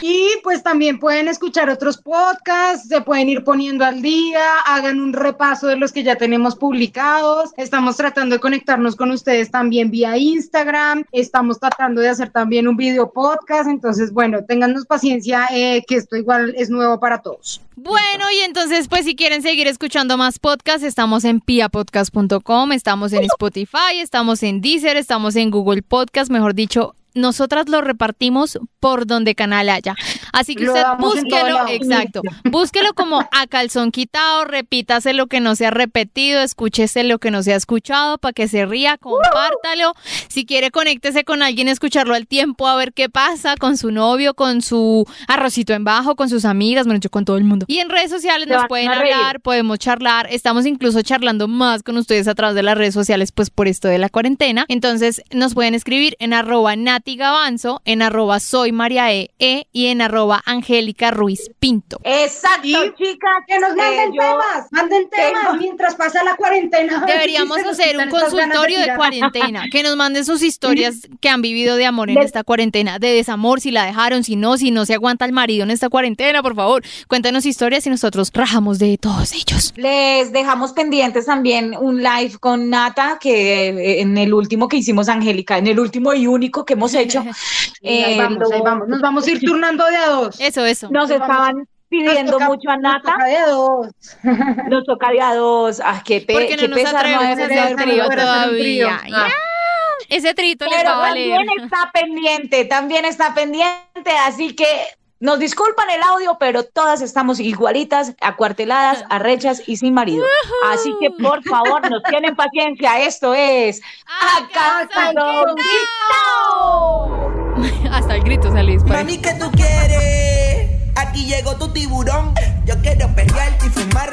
[SPEAKER 5] y pues también pueden escuchar otros podcasts, se pueden ir poniendo al día, hagan un repaso de los que ya tenemos publicados. Estamos tratando de conectarnos con ustedes también vía Instagram, estamos tratando de hacer también un video podcast, entonces bueno, téngannos paciencia eh, que esto igual es nuevo para todos.
[SPEAKER 4] Bueno, y entonces, pues si quieren seguir escuchando más podcasts, estamos en piapodcast.com, estamos en Spotify, estamos en Deezer, estamos en Google Podcast, mejor dicho, nosotras lo repartimos por donde canal haya. Así que
[SPEAKER 5] Lo
[SPEAKER 4] usted
[SPEAKER 5] damos en todo
[SPEAKER 4] búsquelo,
[SPEAKER 5] lado.
[SPEAKER 4] exacto, búsquelo como a calzón quitado, repítase lo que no se ha repetido, escúchese lo que no se ha escuchado para que se ría, compártalo. Si quiere, conéctese con alguien, escucharlo al tiempo, a ver qué pasa con su novio, con su arrocito en bajo, con sus amigas, bueno, yo con todo el mundo. Y en redes sociales
[SPEAKER 5] Se van
[SPEAKER 4] nos
[SPEAKER 5] a
[SPEAKER 4] pueden
[SPEAKER 5] reír.
[SPEAKER 4] hablar, podemos charlar, estamos incluso charlando más con ustedes a través de las redes sociales, pues por esto de la cuarentena. Entonces nos pueden escribir en arroba Nati Gavanzo, en arroba soy María E, E, y en arroba Angélica Ruiz Pinto.
[SPEAKER 3] Exacto,
[SPEAKER 5] Y-
[SPEAKER 3] chicas.
[SPEAKER 5] Que nos
[SPEAKER 3] eh,
[SPEAKER 5] manden
[SPEAKER 3] yo-
[SPEAKER 5] temas, manden temas
[SPEAKER 3] tengo-
[SPEAKER 5] mientras pasa la cuarentena.
[SPEAKER 4] Deberíamos
[SPEAKER 5] Ah, Se nos
[SPEAKER 4] hacer un
[SPEAKER 5] quitan estas ganas
[SPEAKER 4] consultorio de
[SPEAKER 5] tirar.
[SPEAKER 4] cuarentena, que nos manden sus historias que han vivido de amor en
[SPEAKER 5] De-
[SPEAKER 4] esta cuarentena, de desamor, si la dejaron, si no, si no se aguanta el marido en esta cuarentena, por favor, cuéntanos historias y nosotros rajamos de todos ellos.
[SPEAKER 3] Les dejamos pendientes también un live con Nata, que eh, en el último que hicimos, Angélica, en el último y único que hemos hecho,
[SPEAKER 5] Y ahí
[SPEAKER 3] eh,
[SPEAKER 5] vamos, ahí vamos. Nos vamos a ir turnando de a dos.
[SPEAKER 4] Eso, eso.
[SPEAKER 3] nos
[SPEAKER 5] Vamos.
[SPEAKER 3] estaban
[SPEAKER 5] Nos
[SPEAKER 3] pidiendo
[SPEAKER 5] toca-
[SPEAKER 3] mucho a
[SPEAKER 5] nos
[SPEAKER 3] Nata.
[SPEAKER 5] toca de a dos.
[SPEAKER 3] Nos toca de a dos. Ah, qué, pe-
[SPEAKER 4] Porque
[SPEAKER 3] qué
[SPEAKER 4] no nos
[SPEAKER 3] pesar no
[SPEAKER 4] atrevemos a
[SPEAKER 3] haber
[SPEAKER 5] hacer
[SPEAKER 4] hacer
[SPEAKER 5] un
[SPEAKER 3] tenido
[SPEAKER 4] trío
[SPEAKER 5] trío.
[SPEAKER 4] todavía.
[SPEAKER 5] Ah.
[SPEAKER 4] Ya. Ese trito les va
[SPEAKER 3] Pero
[SPEAKER 4] a valer.
[SPEAKER 3] también está pendiente, también está pendiente, así que nos disculpan el audio, pero todas estamos igualitas, acuarteladas,
[SPEAKER 4] Ah.
[SPEAKER 3] arrechas y sin marido. Así que por favor, nos tienen paciencia. Esto es
[SPEAKER 4] Hasta el
[SPEAKER 3] Acá
[SPEAKER 4] grito. Hasta el grito se le dispara.
[SPEAKER 2] Mami, ¿qué tú quieres? Aquí llegó tu tiburón. Yo quiero pelear y fumar